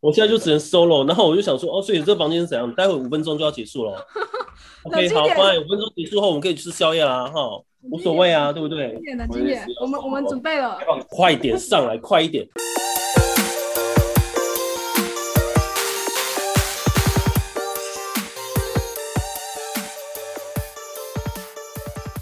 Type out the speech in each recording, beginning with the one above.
我现在就只能 solo，然后我就想说，哦，所以这个房间是怎样？待会五分钟就要结束了。OK，好，经典 fine，五分钟结束后我们可以去吃宵夜啦，哈，无所谓啊，对不对经？典的我经也典是，要我们我们准备了开。放快一点上来，快一点。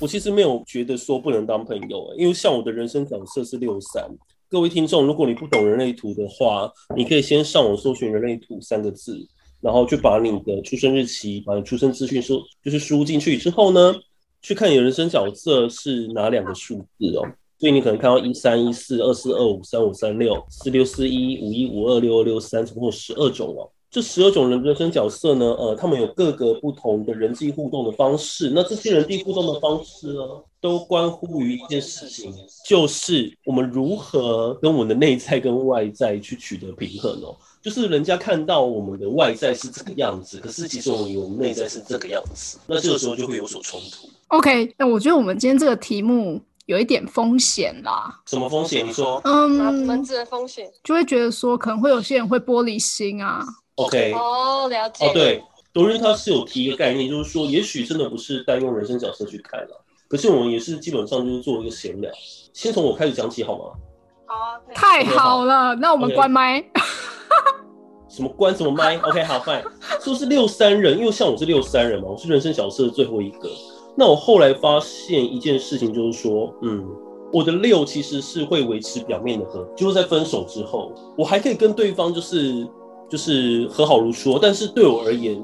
我其实没有觉得说不能当朋友、欸因为像我的人生角色是六三。各位听众，如果你不懂人类图的话，你可以先上网搜寻“人类图”三个字，然后就把你的出生日期、把你出生资讯输，就是输进去之后呢，去看你的人生角色是哪两个数字哦。所以你可能看到一三一四二四二五三五三六四六四一五一五二六二六三，总共十二种哦。这十二种人人生角色呢，呃，他们有各个不同的人际互动的方式。那这些人际互动的方式呢，都关乎于一件事情，就是我们如何跟我们的内在跟外在去取得平衡哦。就是人家看到我们的外在是这个样子，可是其实我们有内在是这个样子，那这个时候就会有所冲突。 OK，那我觉得我们今天这个题目有一点风险啦，什么风险？你说门嗯，子的风险。就会觉得说可能会有些人会玻璃心啊， ？OK，哦，了解。哦，对，多瑞他是有提一个概念，就是说，也许真的不是单用人生角色去看了，可是我们也是基本上就是做一个闲聊。先从我开始讲起好吗？好，啊可以太啊好了，那我们 OK 关麦。 什么关什么麦？OK，好，fine。说是六三人，因为像我是六三人嘛，我是人生角色的最后一个。那我后来发现一件事情，就是说，嗯，我的六其实是会维持表面的和，就是在分手之后，我还可以跟对方就是就是和好如初哦。但是对我而言，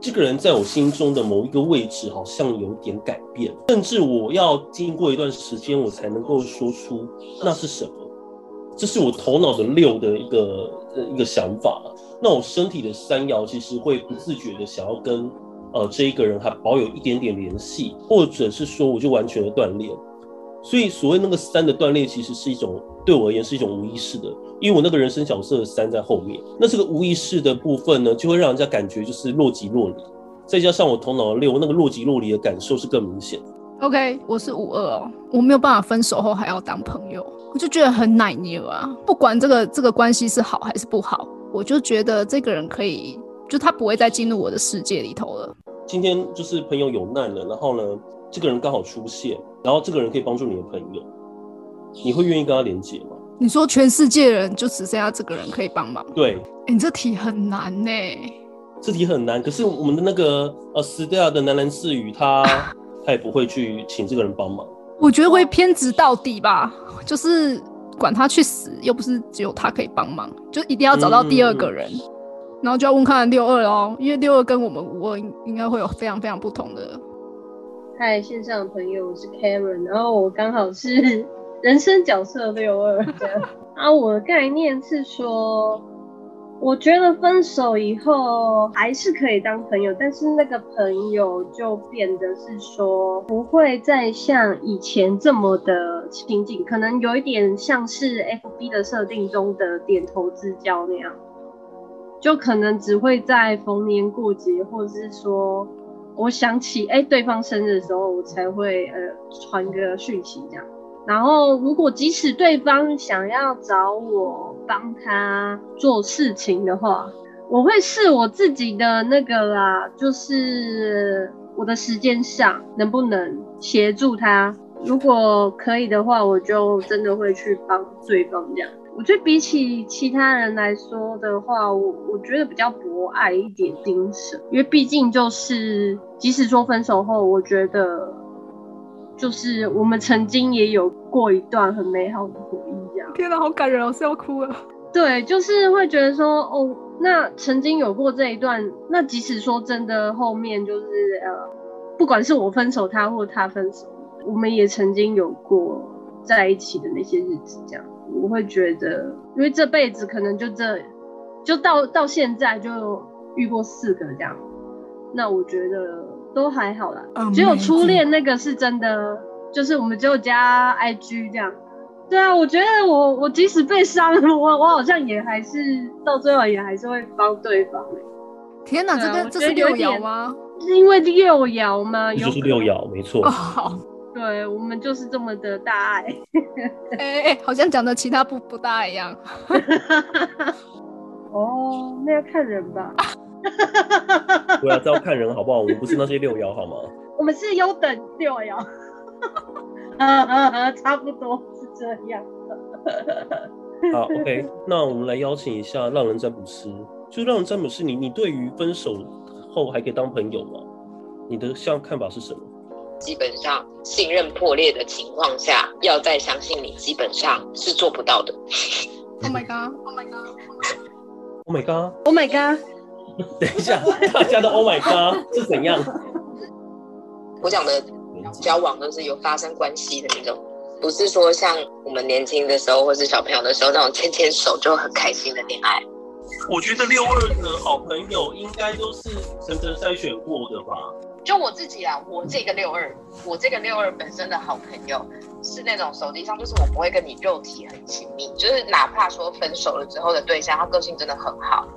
这个人在我心中的某一个位置好像有点改变，甚至我要经过一段时间，我才能够说出那是什么。这是我头脑的六的一个呃一个想法。那我身体的三爻其实会不自觉的想要跟呃这一个人还保有一点点联系，或者是说我就完全的断裂。所以所谓那个三的断裂，其实是一种对我而言是一种无意识的，因为我那个人生角色的三在后面。那这个无意识的部分呢，就会让人家感觉就是若即若离。再加上我头脑的六，那个若即若离的感受是更明显的。 OK，我是五二哦，我没有办法分手后还要当朋友，我就觉得很奶牛啊。不管这个这个关系是好还是不好，我就觉得这个人可以，就他不会再进入我的世界里头了。今天就是朋友有难了，然后呢，这个人刚好出现，然后这个人可以帮助你的朋友，你会愿意跟他连接吗？你说全世界人就只剩下这个人可以帮忙？对，哎，你这题很难呢、这题很难，可是我们的那个呃 Stella 的喃喃自语，他他也不会去请这个人帮忙。我觉得会偏执到底吧，就是管他去死，又不是只有他可以帮忙，就一定要找到第二个人，然后就要问看看六二哦，因为六二跟我们五二应应该会有非常非常不同的。嗨，线上的朋友，我是 Karen，然后我刚好是 人生角色六二这样。啊，我的概念是说，我觉得分手以后还是可以当朋友，但是那个朋友就变得是说不会再像以前这么的亲近，可能有一点像是 FB 的设定中的点头之交那样，就可能只会在逢年过节，或者是说我想起哎、对方生日的时候，我才会呃传个讯息这样。然后如果即使对方想要找我帮他做事情的话，我会视我自己的那个啦，就是我的时间上能不能协助他。如果可以的话，我就真的会去帮对方这样。我觉得比起其他人来说的话，我我觉得比较博爱一点精神，因为毕竟就是，即使说分手后，我觉得就是我们曾经也有过一段很美好的回忆，啊这样天哪，好感人哦，是要哭了。对，就是会觉得说，哦，那曾经有过这一段，那即使说真的后面就是呃，不管是我分手他或他分手我，我们也曾经有过在一起的那些日子，这样我会觉得，因为这辈子可能就这，就到到现在就遇过四个这样，那我觉得都还好啦，嗯只有初恋那个是真的，就是我们只有加 IG 这样。对啊，我觉得我我即使被伤了，我我好像也还是到最后也还是会帮对方、天哪，对这啊跟我这觉是得有六爻点吗？是因为六爻吗？这有就是六，爻，没错哦，。好，对我们就是这么的大爱。哎、哎、好像讲的其他不不大一样。 哦，那要看人吧。啊我啊要知道看人好不好？我们不是那些六爻好吗？我们是优等六 爻，啊啊啊，差不多是这样。好，OK，那我们来邀请一下浪人占卜师，就是浪人占卜师，你你对于分手后还可以当朋友吗？你的像看法是什么？基本上信任破裂的情况下，要再相信你，基本上是做不到的。 Oh my god！Oh my god！ Oh my god！ Oh my god！等一下，大家的 Oh my god 是怎样？我讲的嗯交往都是有发生关系的那种，不是说像我们年轻的时候或是小朋友的时候那种牵牵手就很开心的恋爱。我觉得六二的好朋友应该都是层层筛选过的吧？就我自己啊，我这个六二，我这个六二本身的好朋友是那种手机上，就是我不会跟你肉体很亲密，就是哪怕说分手了之后的对象，他个性真的很好，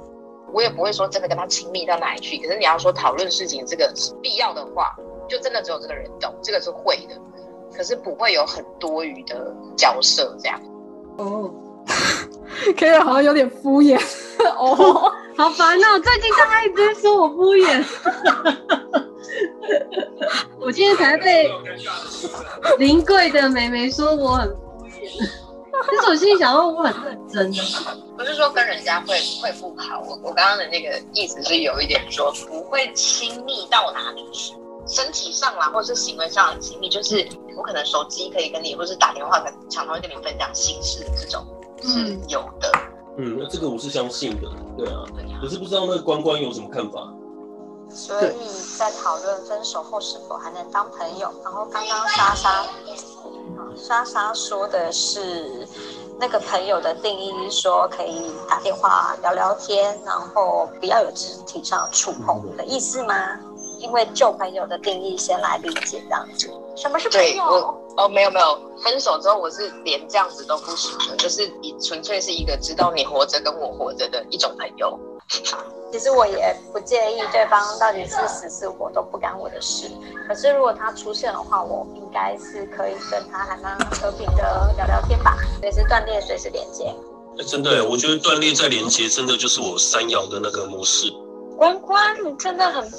我也不会说真的跟他亲密到哪里去。可是你要说讨论事情这个是必要的话，就真的只有这个人懂，这个是会的，可是不会有很多余的角色这样。哦， k a r 好像有点敷衍哦。好烦哦！最近大家一直在说我敷衍，我今天才被临柜的美眉说我很敷衍，但是我心里想说我很认真的。不是说跟人家会会不好，我我刚刚的那个意思是有一点说不会亲密到哪里去，身体上啦，或者是行为上很亲密，就是我可能手机可以跟你，或是打电话可能常常会跟你分享心事的这种是嗯有的。嗯，这个我是相信的，对啊，对呀只是不知道那个关关有什么看法。所以在讨论分手后是否还能当朋友。然后刚刚莎莎，啊莎莎说的是那个朋友的定义是说可以打电话聊聊天，然后不要有肢体上的触碰的意思吗？因为旧朋友的定义先来理解这样子，什么是朋对友？啊我哦没有没有，分手之后我是连这样子都不行的，就是你纯粹是一个知道你活着跟我活着的一种朋友。其实我也不介意对方到底是死是活都不干我的事。可是如果他出现的话，我应该是可以跟他还蛮和平的聊聊天吧，随时断裂，随时连接。哎真的，我觉得断裂再连接，真的就是我三爻的那个模式。关关，你真的很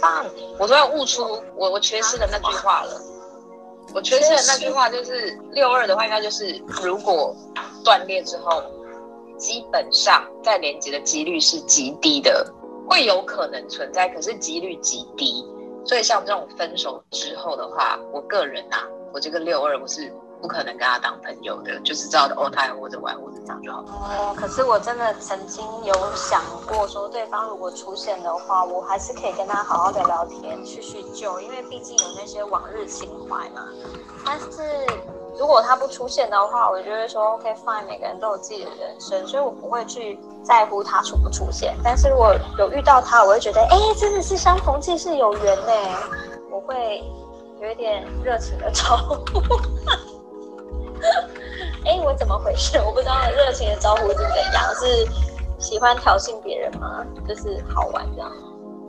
棒！我突然悟出我我缺失的那句话了。我缺失的那句话就是六二的话，应该就是如果断裂之后，基本上再连接的几率是极低的，会有可能存在，可是几率极低。所以像这种分手之后的话，我个人啊，我这个六二我是不可能跟他当朋友的，就是知道的哦，他还活着，我还活着，这样就好了。哦，可是我真的曾经有想过，说对方如果出现的话，我还是可以跟他好好的聊天，叙叙旧，因为毕竟有那些往日情怀嘛。但是如果他不出现的话，我就会说 OK fine，每个人都有自己的人生，所以我不会去在乎他出不出现。但是如果有遇到他，我会觉得哎，真的是相逢即是有缘呢，我会有一点热情 的招呼。哎，我怎么回事？ 我不知道热情的招呼是怎样，是喜欢挑衅别人吗？就是好玩这样，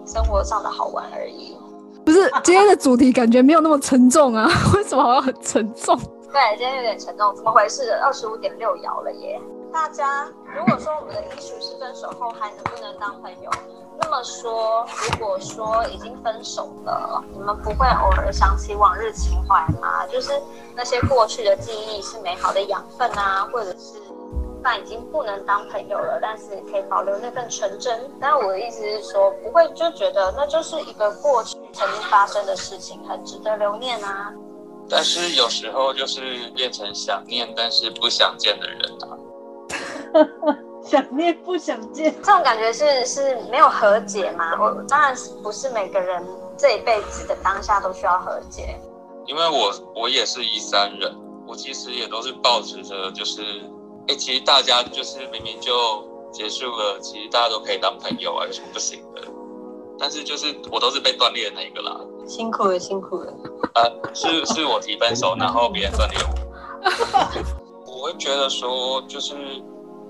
生活上的好玩而已。不是今天的主题感觉没有那么沉重啊， 为什么好像很沉重？对，今天有点沉重，怎么回事？二十五点六摇了耶！大家，如果说我们的 issue 是分手后还能不能当朋友，那么说，如果说已经分手了，你们不会偶尔想起往日情怀吗？就是那些过去的记忆是美好的养分啊，或者是那已经不能当朋友了，但是可以保留那份纯真。但我的意思是说，不会就觉得那就是一个过去曾经发生的事情，很值得留念啊。但是有时候就是变成想念，但是不想见的人啊。想念不想见，这种感觉是是没有和解嘛？我当然是不是每个人这一辈子的当下都需要和解。因为我我也是一三人，我其实也都是抱持着就是，哎、其实大家就是明明就结束了，其实大家都可以当朋友啊，有什么不行的？但是就是我都是被断裂的那一个啦，辛苦了，辛苦了。呃，是是我提分手，然后别人断裂我。我会觉得说，就是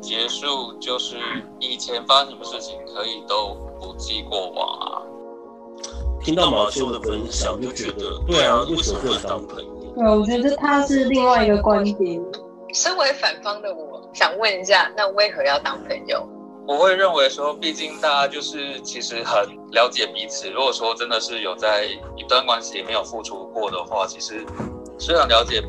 结束，就是以前发生什么事情可以都不记过往啊。听到马修的分享，就觉得对啊，为什么不能当朋友？对，我觉得他是另外一个观点。身为反方的我，想问一下，那为何要当朋友？我会认为说，毕竟大家就是其实很了解彼此。如果说真的是有在一段关系里面有付出过的话，其实是很了解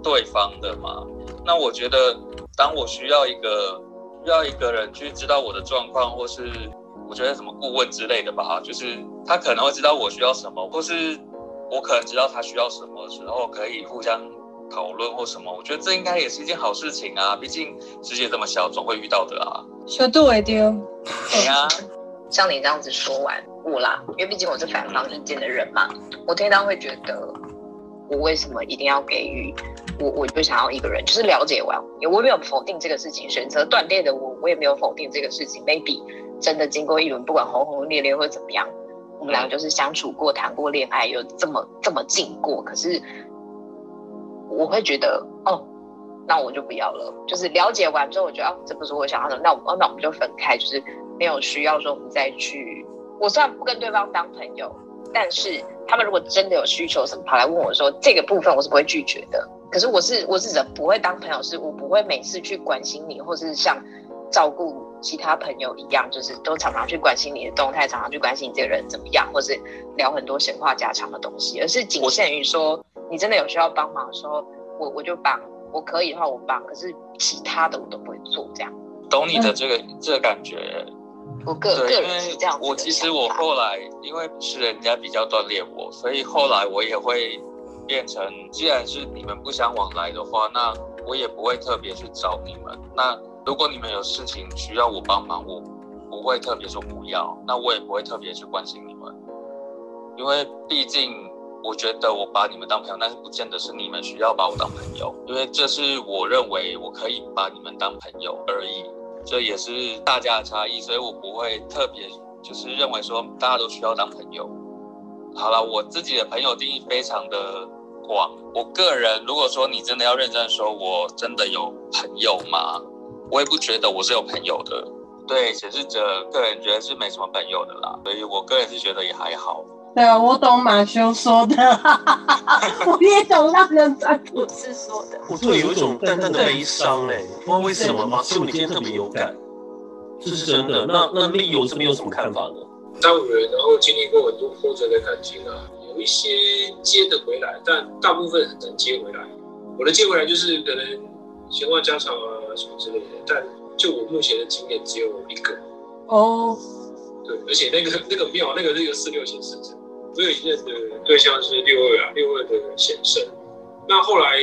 对方的嘛。那我觉得，当我需要一个需要一个人去知道我的状况，或是我觉得什么顾问之类的吧，就是他可能会知道我需要什么，或是我可能知道他需要什么时候，可以互相讨论或什么。我觉得这应该也是一件好事情啊，毕竟世界这么小，总会遇到的啊。小度会丢，对啊，像你这样子说完我啦，因为毕竟我是反方意见的人嘛，我听到会觉得，我为什么一定要给予？我我就想要一个人，就是了解完，也我也没有否定这个事情，选择断裂的我，我也没有否定这个事情。maybe 真的经过一轮不管轰轰烈烈或怎么样，我们两个就是相处过、谈过恋爱，有这么这么近过，可是我会觉得哦，那我就不要了。就是了解完之后，我觉得啊，这不是我想要的，那我啊那我们就分开，就是没有需要说我们再去。我虽然不跟对方当朋友，但是他们如果真的有需求什么，跑来问我说这个部分，我是不会拒绝的。可是我是我是人不会当朋友，是我不会每次去关心你，或是像照顾其他朋友一样，就是都常常去关心你的动态，常常去关心你这个人怎么样，或是聊很多闲话家常的东西，而是仅限于说你真的有需要帮忙的时候，我我就帮，我可以的话我帮，可是其他的我都不会做这样。懂你的这个这个感觉，我个对，个因人是这为样子的想法。我其实我后来因为是人家比较锻炼我，所以后来我也会变成，既然是你们不相往来的话，那我也不会特别去找你们。那如果你们有事情需要我帮忙，我不会特别说不要，那我也不会特别去关心你们，因为毕竟。我觉得我把你们当朋友，但是不见得是你们需要把我当朋友，因为这是我认为我可以把你们当朋友而已。这也是大家的差异，所以我不会特别就是认为说大家都需要当朋友。好了，我自己的朋友定义非常的广。我个人如果说你真的要认真地说，我真的有朋友吗？我也不觉得我是有朋友的。对显示者个人觉得是没什么朋友的啦，所以我个人是觉得也还好。对啊，我懂马修说的，我也懂那人占卜师说的。我对有一种淡淡的悲伤哎、不知道为什么马师傅你今天特别有感，这是真的。那那丽友这边有什么看法呢？当人，然后经历过很多波折的感情啊，有一些接得回来，但大部分很难接回来。我的接回来就是可能闲话家常啊什么之类的，但就我目前的经验只有一个，哦，对，而且那个那 个庙那个是一个四六型生成，我有一任的对象是六二啊，六二的先生，那后来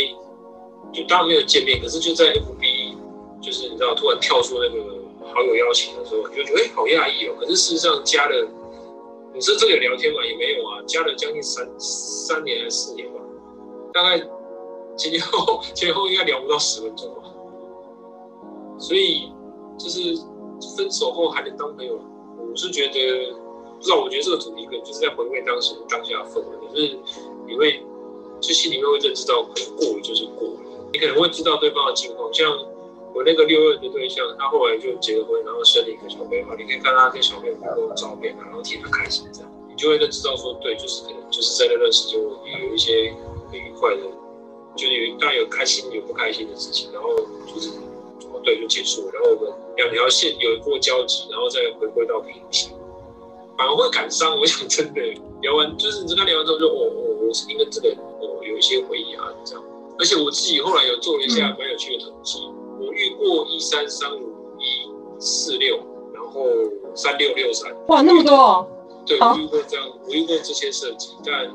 就当然没有见面，可是就在 FB 就是你知道突然跳出那个好友邀请的时候，你就觉得哎、好讶异哦，可是事实上加了，你说这个聊天嘛也没有啊，加了将近三三年还是四年吧，大概前前后后前后应该聊不到十分钟吧，所以就是分手后还能当朋友。我是觉得，不知道，我觉得这个主题可能就是在回味当时当下的氛围，可是你会就心里面会认知到，可能过了就是过了，你可能会知道对方的情况。像我那个六二的对象，他后来就结婚，然后生了一个小朋友，你可以看他跟小朋友互动照片啊，然后替他开心这样，你就会认知到说，对，就是可能就是在那段时间，我有一些很愉快的，就是有当然有开心有不开心的事情，然后就是。哦，对，就结束了。然后我们两条线有过交集，然后再回归到平行，反而会感伤。我想真的聊完，就是你跟他聊完之后就，哦哦，我是因为这个，哦，有一些回忆啊，这样。而且我自己后来有做了一下蛮有趣的统计，我遇过一三三五一四六，然后三六六三，哇，那么多、哦，对，好我遇过这样，我遇过这些设计，但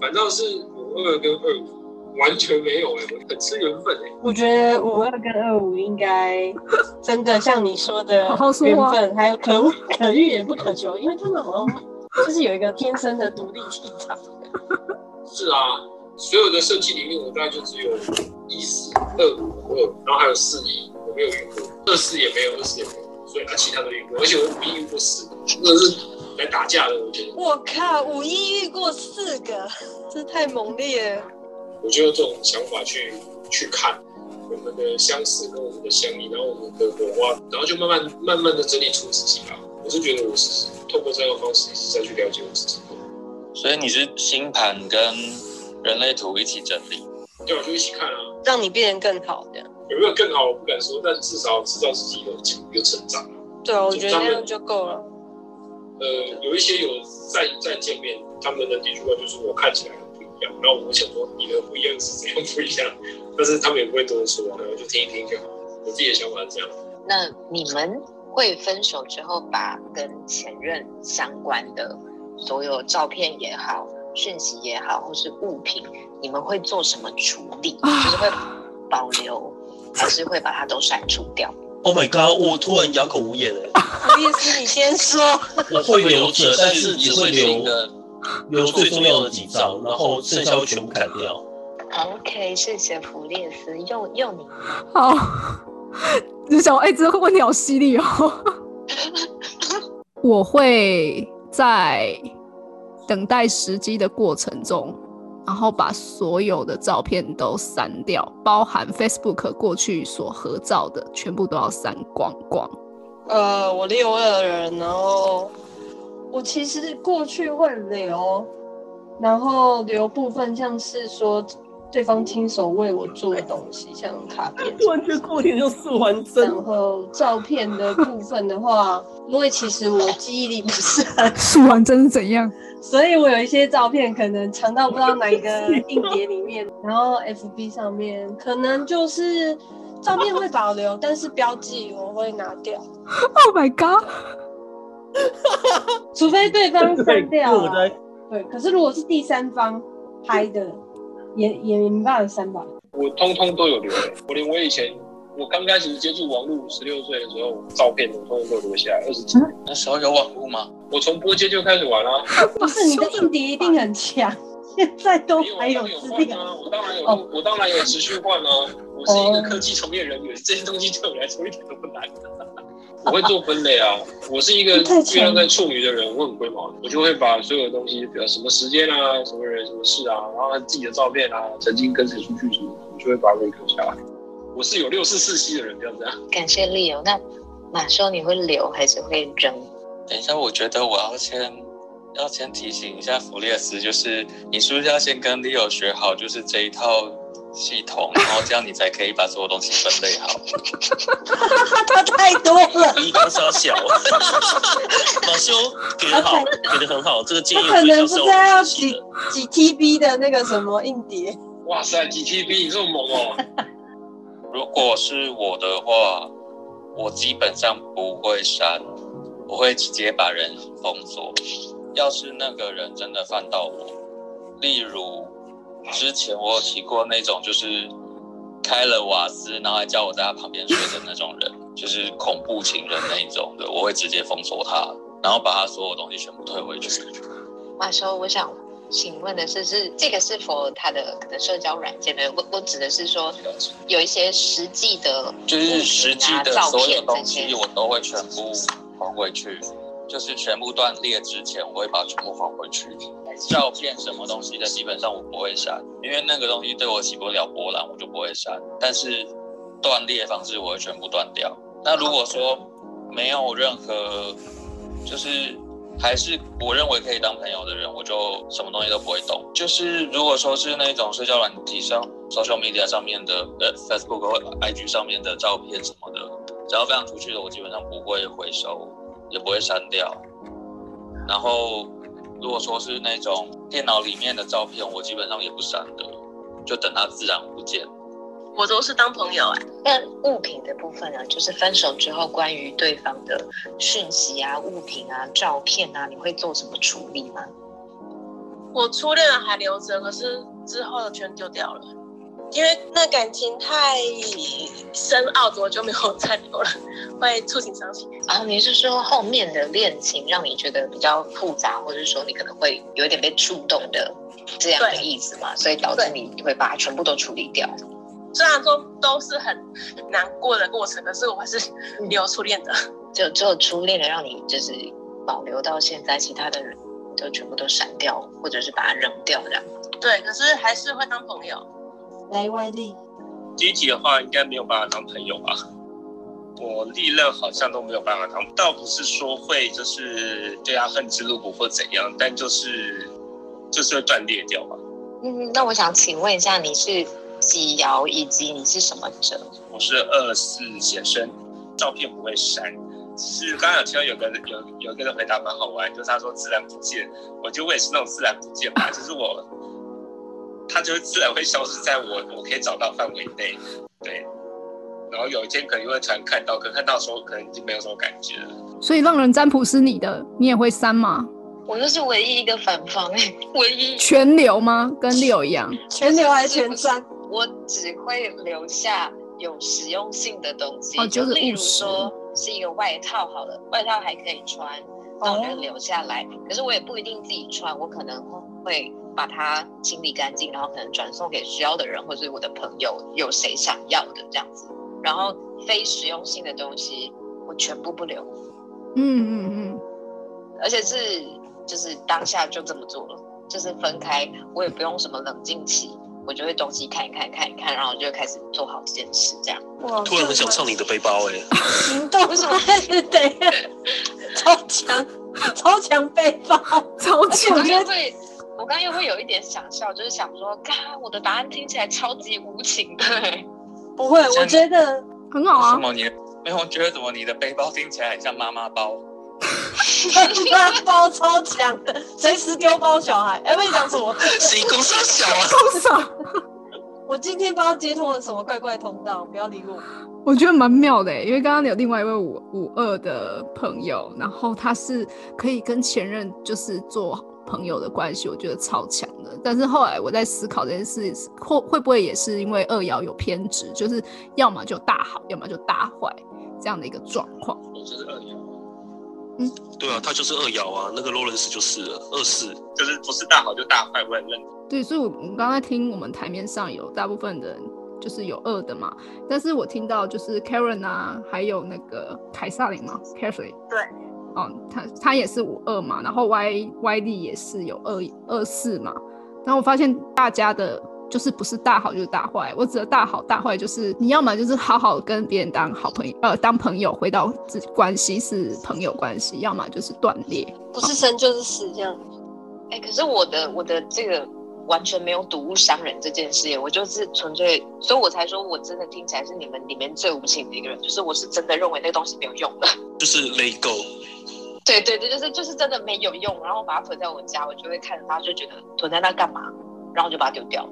反倒是五二跟二五完全没有哎、我很吃缘分哎、我觉得五二跟二五应该真的像你说的， 好好说啊缘话分还有可无 可遇也不可求，因为他们好像就是有一个天生的独立气场。是啊，所有的设计里面，我大概就只有一四二五二，然后还有四一，我没有遇过，二四也没有，二四也没有，所以他其他都遇过，而且我五一遇过四个，那个是来打架的，我觉得，我靠，五一遇过四个， 这太猛烈了。我就用这种想法去去看我们的相似跟我们的相异，然后我们的火花，然后就慢慢慢慢的整理出自己吧。我是觉得我是透过这样的方式一直在去了解我自己，所以你是星盘跟人类图一起整理。对，我就一起看啊。让你变得更好，这样。有没有更好我不敢说，但至少知道自己有有成长啊。对啊，我觉得那样就够了。呃，有一些有再再见面，他们的第一句话就是我看起来很不一样。然后我想说你的不一样是怎样不一样，但是他们也不会多说，然后就听一听就好。我自己的想法是这样。那你们会分手之后，把跟前任相关的所有照片也好、讯息也好，或是物品，你们会做什么处理？就是会保留，还是会把它都删除掉？ Oh my god！我突然哑口无言了。我意思你先说，哎我 会留着，但是只只会会留听的。留最重要的几张，然后剩下会全部砍掉。 OK，谢谢弗列斯，又又你，好， 只想哎、这个问题好犀利哦。 我会在等待时机的过程中，然后把所有的照片都删掉，包含 Facebook 过去所合照的，全部都要删光光。呃，我六二人，然哦后我其实过去会留，然后留部分像是说对方亲手为我做的东西，像卡片。完全过点就四环 然后照片的部分的话，因为其实我记忆力不是很， 数完真是怎样？所以我有一些照片可能藏到不知道哪一个硬碟里面，然后 FB 上面可能就是照片会保留，但是标记我会拿掉。 Oh my god！除非对方删掉、我啊。在对，可是如果是第三方拍的，也也没办法删吧？我通通都有留、欸，我连我以前我刚开始接触网络十六岁的时候，照片我通通都留下来，二十嗯几年。那时候有网络吗？我从波接就开始玩啊啦、不是你的硬碟一定很强，现在都因为我哦还有当然有资 换料。啊，我当然有，哦我当然有持续换啊。我是一个科技从业人员，这些东西对我来说一点都不 难。我会做分类啊，我是一个太强月亮在处女的人，我很龟毛，我就会把所有东西，比如什么时间啊、什么人、什么事啊，然后自己的照片啊，曾经跟谁出去什么，我就会把它给留下来。我是有六四四七的人，不要这样。感谢丽友。那马修你会留还是会扔？等一下，我觉得我要先要先提醒一下弗列斯，就是你是不是要先跟 Leo 学好，就是这一套系统，然后这样你才可以把所有东西分类好。他太多了，你刚傻小，马修给的好，给的很好，这个建他议我可觉能得不是知道要要几几 TB 的那个什么硬碟，哇塞，几 TB 你这么猛 哦！如果是我的话，我基本上不会删，我会直接把人封锁。要是那个人真的翻到我，例如之前我有提过那种，就是开了瓦斯，然后还叫我在他旁边睡的那种人，就是恐怖情人那一种的，我会直接封锁他，然后把他所有东西全部退回去。马修，我想请问的是，是这个是否他的可能社交软件的？我我指的是说有一些实际的物品啊，就是实际的照所有片东这些西，我都会全部还回去，就是全部断裂之前，我会把它全部还回去。照片什么东西的，基本上我不会删，因为那个东西对我起不了波澜，我就不会删。但是断裂方式，我会全部断掉。那如果说没有任何，就是还是我认为可以当朋友的人，我就什么东西都不会动。就是如果说是那种社交软体上、social media 上面的，呃，Facebook 或 IG 上面的照片什么的，只要分享出去的，我基本上不会回收，也不会删掉。然后如果说是那种电脑里面的照片，我基本上也不删的，就等它自然不见。我都是当朋友哎、那物品的部分呢，就是分手之后关于对方的讯息啊、物品啊、照片啊，你会做什么处理吗？我初恋的还留着，可是之后的全丢掉了，因为那感情太深奥，我就没有再留了， 会触景伤情。啊，你是说后面的恋情让你觉得比较复杂，或者说你可能会有点被触动的这样的对意思嘛？所以导致对你会把它全部都处理掉。虽然说都是很难过的过程，可是我还是留初恋的。就只有初恋的让你就是保留到现在，其他的人都全部都删掉，或者是把它扔掉这样。对，可是还是会当朋友。来外力。第一题的话，应该没有办法当朋友啊吧？我历任好像都没有办法当，倒不是说会就是对啊他恨之入骨或怎样，但就是就是会断裂掉吧。嗯，那我想请问一下，你是几爻以及你是什么者？我是二四写生，照片不会删，是刚刚有听到有个人有有一个人回答蛮好玩，就是他说自然不见，我觉得我也是那种自然不 见吧，就是我，它就会自然会消失在我我可以找到范围内，对。然后有一天可能会突然看到，可能看到的时候可能已经没有什么感觉了。所以让人占卜是你的，你也会删吗？我就是唯一一个反方，欸 唯一全流吗？跟六一样？全流还是全删？我只会留下有实用性的东西，哦就是例如务实说是一个外套好了，外套还可以穿，那我哦就留下来。可是我也不一定自己穿，我可能会把它清理干净，然后可能转送给需要的人，或者是我的朋友有谁想要的这样子。然后非实用性的东西我全部不留，嗯嗯嗯，而且是就是当下就这么做了，就是分开，我也不用什么冷静期，我就会东西看一看看一看，然后我就开始做好这件事这样。哇，突然很想唱你的背包哎、行动上开始等一下，超强超强背包，超而且我强刚！刚会，我刚刚又会有一点想笑，就是想说，嘎，我的答案听起来超级无情的、欸。不会，我觉得很哦好为什啊，么你？没有，我觉得怎么你的背包听起来很像妈妈包？妈包超强的，随时丢包小孩。哎、被你讲什么？谁公司小啊？多少？我今天不知道接通了什么怪怪通道，不要理我。我觉得蛮妙的欸、因为刚刚有另外一位五五二的朋友，然后他是可以跟前任就是做朋友的关系，我觉得超强的。但是后来我在思考这件事，会会不会也是因为二爻有偏执，就是要么就大好，要么就大坏这样的一个状况。我就是二爻，嗯对啊，他就是二爻啊，那个洛伦斯就是了二四，就是不是大好就大坏，我很认同。对，所以我我刚才听我们台面上有大部分的人就是有二的嘛，但是我听到就是 Karen 啊，还有那个凯撒琳嘛 c a t h e r i n 对，哦，他他也是五二嘛，然后 Y Y D 也是有二二四嘛，然后我发现大家的。就是不是大好就是大坏，我指的大好大坏就是你要么就是好好跟别人当好朋友，呃，当朋友回到自己关系是朋友关系，要么就是断裂。不是生就是死这样。哎、可是我的我的这个完全没有睹物伤人这件事耶，我就是纯粹，所以我才说我真的听起来是你们里面最无情的一个人，就是我是真的认为那个东西没有用的。就是 Let Go。对对对，就是就是真的没有用，然后我把它囤在我家，我就会看着它，就觉得囤在那干嘛，然后我就把它丢掉。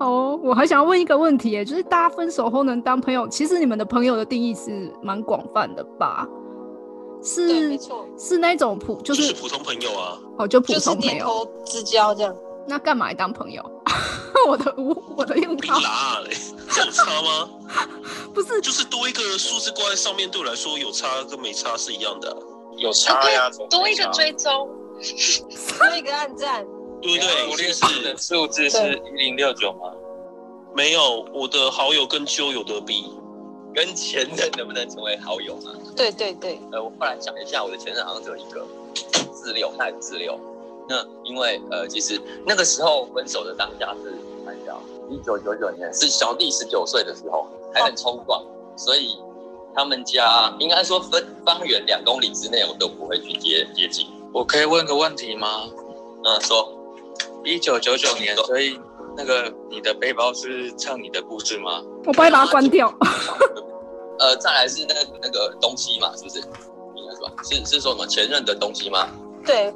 哦，我还想要问一个问题耶，就是大家分手后能当朋友，其实你们的朋友的定义是蛮广泛的吧？对，是没错，是那种普就就是是普通朋友啊，哦就普就是通朋点友，头之交这 样。那干嘛还当朋友？ 我的我我的用你到啦嘞，这有差 吗？不是就是多一个数字挂在上面，对我来说有差跟没差是一样的啊、有差呀，怎么多一没个差追踪，多一个暗战，对不对，对？我我列也是的是数字是一零六九吗？没有，我的好友跟纠友的比，跟前任能不能成为好友嘛？对对对，呃，我后来想一下，我的前任好像只有一个，自六，他也自六。那因为呃，其实那个时候分手的当下是蛮小，一九九九年是小弟十九岁的时候，还很冲撞，所以他们家应该说分方圆两公里之内，我都不会去接接近。我可以问个问题吗？嗯，说一九九九年，所以那个你的背包是唱你的故事吗？我不会把它关掉。 呃，再来是那个那个东西嘛，是不是？应该是吧？是是说什么前任的东西吗？对，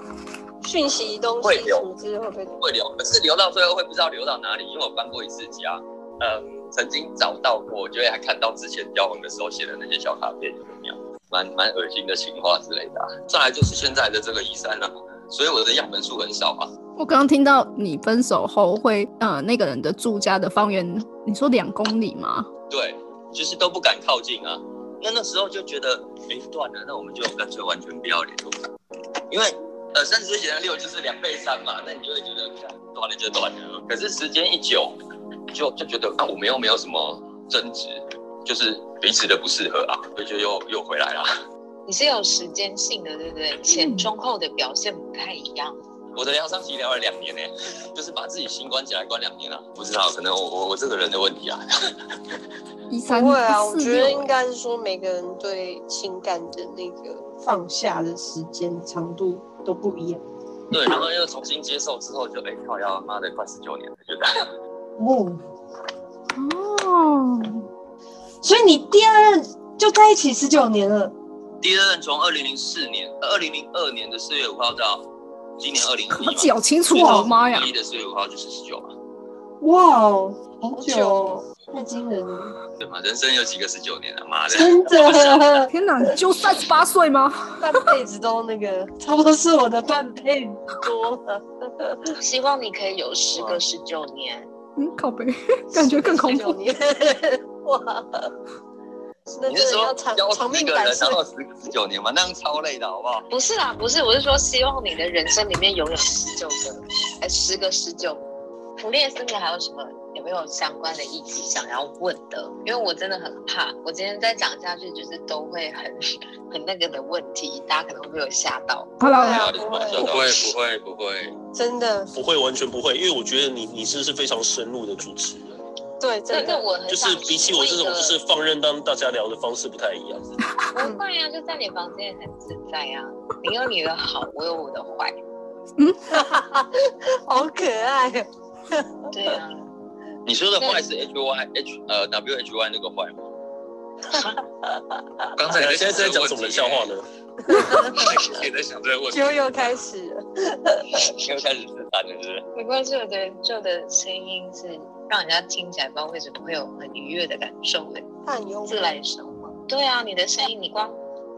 讯息东会西有什么之类会被会留，可是留到最后会不知道留到哪里，因为我搬过一次家，嗯，曾经找到过，我觉得还看到之前交往的时候写的那些小卡片，有没有？蛮蛮恶心的情话之类的啊、再来就是现在的这个一三了，所以我的样本数很少啊。我刚刚听到你分手后会呃那个人的住家的方圆，你说两公里吗？对，就是都不敢靠近啊。那那时候就觉得，哎，断了，那我们就干脆完全不要联络，因为呃，三十岁写的六就是两倍三嘛，那你就会觉得，干断了就断了。可是时间一久，就就觉得，啊那、我们又没有什么争执，就是彼此的不适合啊，所以就又又回来了。你是有时间性的，对不对？前中后的表现不太一样。我的疗伤期疗了两年呢、就是把自己心关起来关两年啊。不知道，可能我我我这个人的问题啊。一三不会啊，我四觉得六应该是说每个人对情感的那个放下的时间长度都不一样。对，然后又重新接受之后就，哎靠呀，妈的，快十九年了，就这样。哦，哦，所以你第二任就在一起十九年了，第二任从二零零四年、呃二零零二年的四月五号到今年二零我讲清楚啊，妈呀！一的四月五号就是十九嘛，哇哦，好久哦，太惊人了，对嘛？人生有几个十九年啊？妈的，真的！天哪，你就三十八岁吗？ 半辈子都那个，差不多是我的半辈子多了。希望你可以有十个十九年。嗯，靠背， 感觉更恐怖。 哇，那你是真的说要长要长一命个百人啊岁然。后十十九年吗？那样超累的好不好？不是啦，不是，我是说希望你的人生里面拥有十九个，哎，十个十九。普列斯，你还有什么有没有相关的议题想要问的？因为我真的很怕，我今天再讲下去就是都会很 很那个的问题，大家可能会被我吓到。好了不啊会不会不会真的，不会完全不会，因为我觉得你你是是非常深入的主持人，对，这真个的，我很就是比起我这种就是放任当大家聊的方式不太一样。不会啊，就在你房间也很自在呀、啊。你有你的好，我有我的坏。好可爱哦。对啊，你说的坏是 H Y H 呃 W H Y 那个坏 吗？刚才你现在是在讲什么冷笑 话呢？也在想这个问题，就又开始了， 又开始自残了，是不是？没关系，我的旧的声音是让人家听起来，不知道为什么会有很愉悦的感受的。他很幽默自。来熟嘛。对啊，你的声音，你光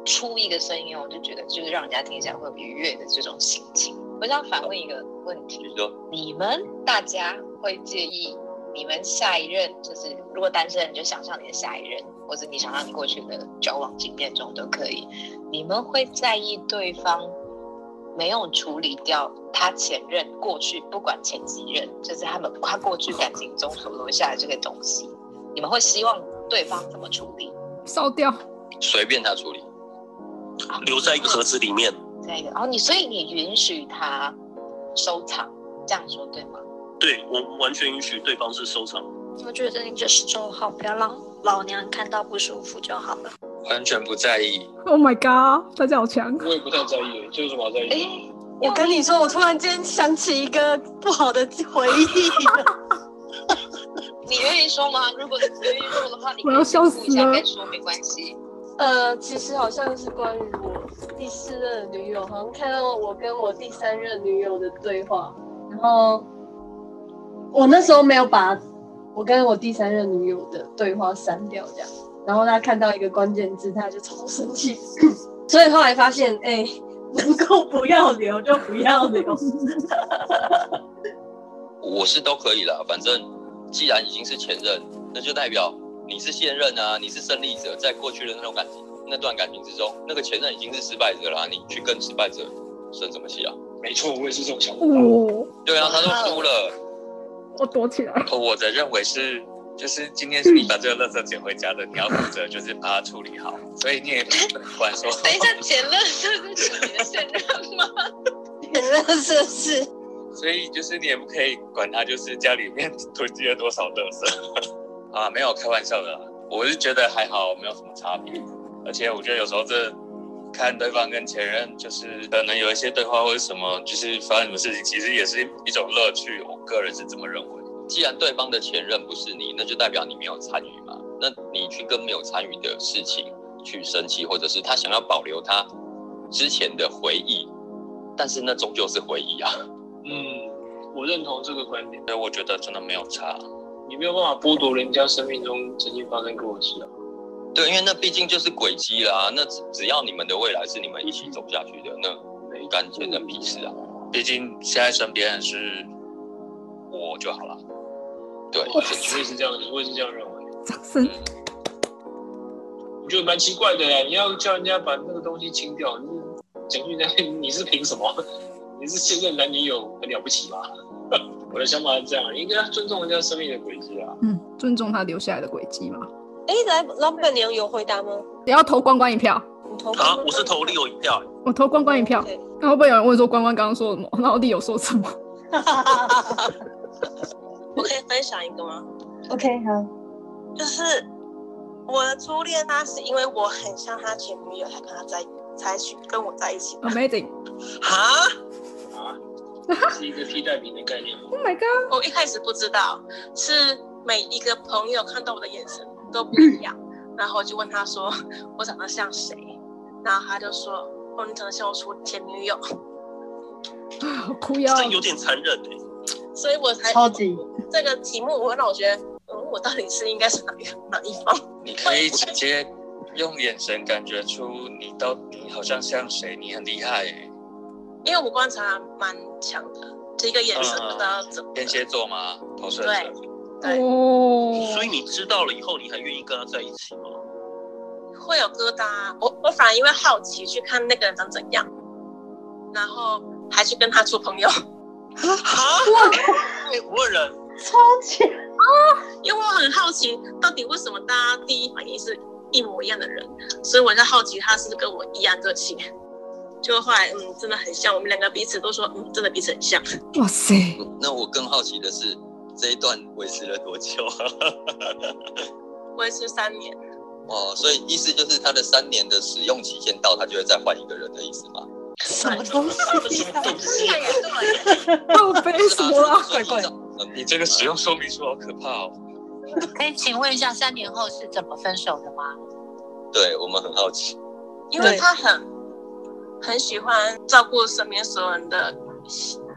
出一个声音，我就觉得就是让人家听起来会有愉悦的这种心情。我想反问一个问题：你说你们大家会介意你们下一任，就是如果单身，你就想象你的下一任，或者你想象你过去的交往经验中都可以，你们会在意对方没有处理掉他前任过去，不管前几任，就是他们他过去感情中所留下的这个东西，你们会希望对方怎么处理？烧掉，随便他处理，留在一个盒子里面，这一个，哦，你所以你允许他收藏，这样说对吗？对我完全允许对方是收藏。我觉得你这十周好，不要让老娘看到不舒服就好了。完全不在意。 Oh my god，大家好强！我也不太在意，这有什么好在哎、意？我跟你说，我突然间想起一个不好的回忆了。你愿意说吗？如果你不愿意说的话，你我要笑死一下了再说，没关系。呃，其实好像是关于我第四任女友，好像看到我跟我第三任女友的对话，然后我那时候没有把我跟我第三任女友的对话删掉，这样，然后他看到一个关键字，他就超生气，所以后来发现，哎、能够不要留就不要留，我是都可以啦，反正既然已经是前任，那就代表你是现任啊，你是胜利者，在过去的那种感情那段感情之中，那个前任已经是失败者啦，你去跟失败者生什么气啊？没错，我也是这种想法。嗯 哦，对啊，他都输了。我躲起来。哦，我的认为是，就是今天是你把这个垃圾捡回家的，你要负责就是把它处理好，所以你也不能管说 等一下，前任是指你的现任吗？那是是，所以就是你也不可以管他，就是家里面 囤积了多少垃圾啊，没有开玩笑的啦，我是觉得还好，没有什么差别，而且我觉得有时候这看对方跟前任，就是可能有一些对话或者什么，就是发生什么事情，其实也是一种乐趣，我个人是这么认为。既然对方的前任不是你，那就代表你没有参与嘛。那你去跟没有参与的事情去生气，或者是他想要保留他之前的回忆，但是那终究是回忆啊。嗯，我认同这个观点，所以我觉得真的没有差，你没有办法剥夺人家生命中曾经发生过的事啊。对，因为那毕竟就是轨迹啦。那只只要你们的未来是你们一起走下去的，那没干真的屁事啊。毕竟现在身边是我就好了。对，我也是这样，我也是这样认为。掌声！我觉得蛮奇怪的呀，你要叫人家把那个东西清掉，你是蒋玉丹， 你是凭什么？你是现任男女友，很了不起吗？ 我的想法是这样，应该尊重人家生命的轨迹啊。嗯，尊重他留下来的轨迹嘛。哎、来老板娘有回答吗？也要投关关一票，你投啊，我是投 Leo 一票，我投关关一 票。那会不会有人问说关关刚刚说什么？然后弟有说什么？我可以分享一个吗？ OK，好，就是我的初恋，他是因为我很像他前女友，才跟他在才去跟我在一起。 Amazing！哈，是一个替代品的概念吗？ Oh my god！我一开始不知道，是每一个朋友看到我的眼神都不一样，然后我就问他说我长得像谁，然后他就说：“哦，你只能先我出前女友。” 好哭腰，这有点残忍哎、所以我才超级这个题目，我会让我觉得，嗯，我到底是应该是哪一哪一方？你可以直接用眼神感觉出你到你好像像谁，你很厉害哎、因为我观察蛮强的，这一个眼神不知道怎么、天蝎座吗？投射对者。哦，所以你知道了以后，你还愿意跟他在一起吗？会有疙瘩。我我反而因为好奇去看那个人长怎样，然后还去跟他做朋友。 我哎靠！我人超强啊！因为我很好奇，到底为什么大家第一反应是一模一样的人，所以我就好奇他是不是跟我一样个性。就后来，嗯，真的很像，我们两个彼此都说，嗯，真的彼此很像。哇塞！ 那我更好奇的是，这一段维持了多 久？维持三年，哦，所以意思就是他的三年的使用期限到，他就会再换一个人的意思吗？什么东西？啊啊报 备什么 啦？怪怪的。呃你这个使用 说明书好可怕哦！可以请问一下，三年后是怎么分手的吗？对我们很好奇。因为他很很喜欢照顾身边所有人的，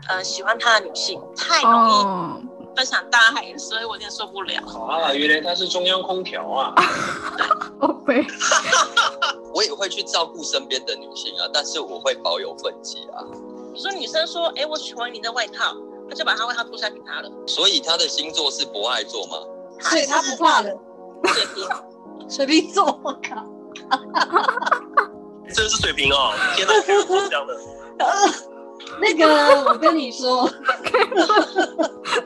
呃，喜欢他的女性，太容易分享大海，所以我有点受不了。啊，原来他是中央空调啊！ 哦我也会去照顾身边的女性啊，但是我会保有分际啊。你说女生说，哎，我喜欢你的外套，他就把他外套脱下给他 了，所以他的星座是博爱座吗？所以他不怕了，水瓶，水瓶座，我靠！真的是水平哦！天哪，原来是这样的。那个，我跟你说，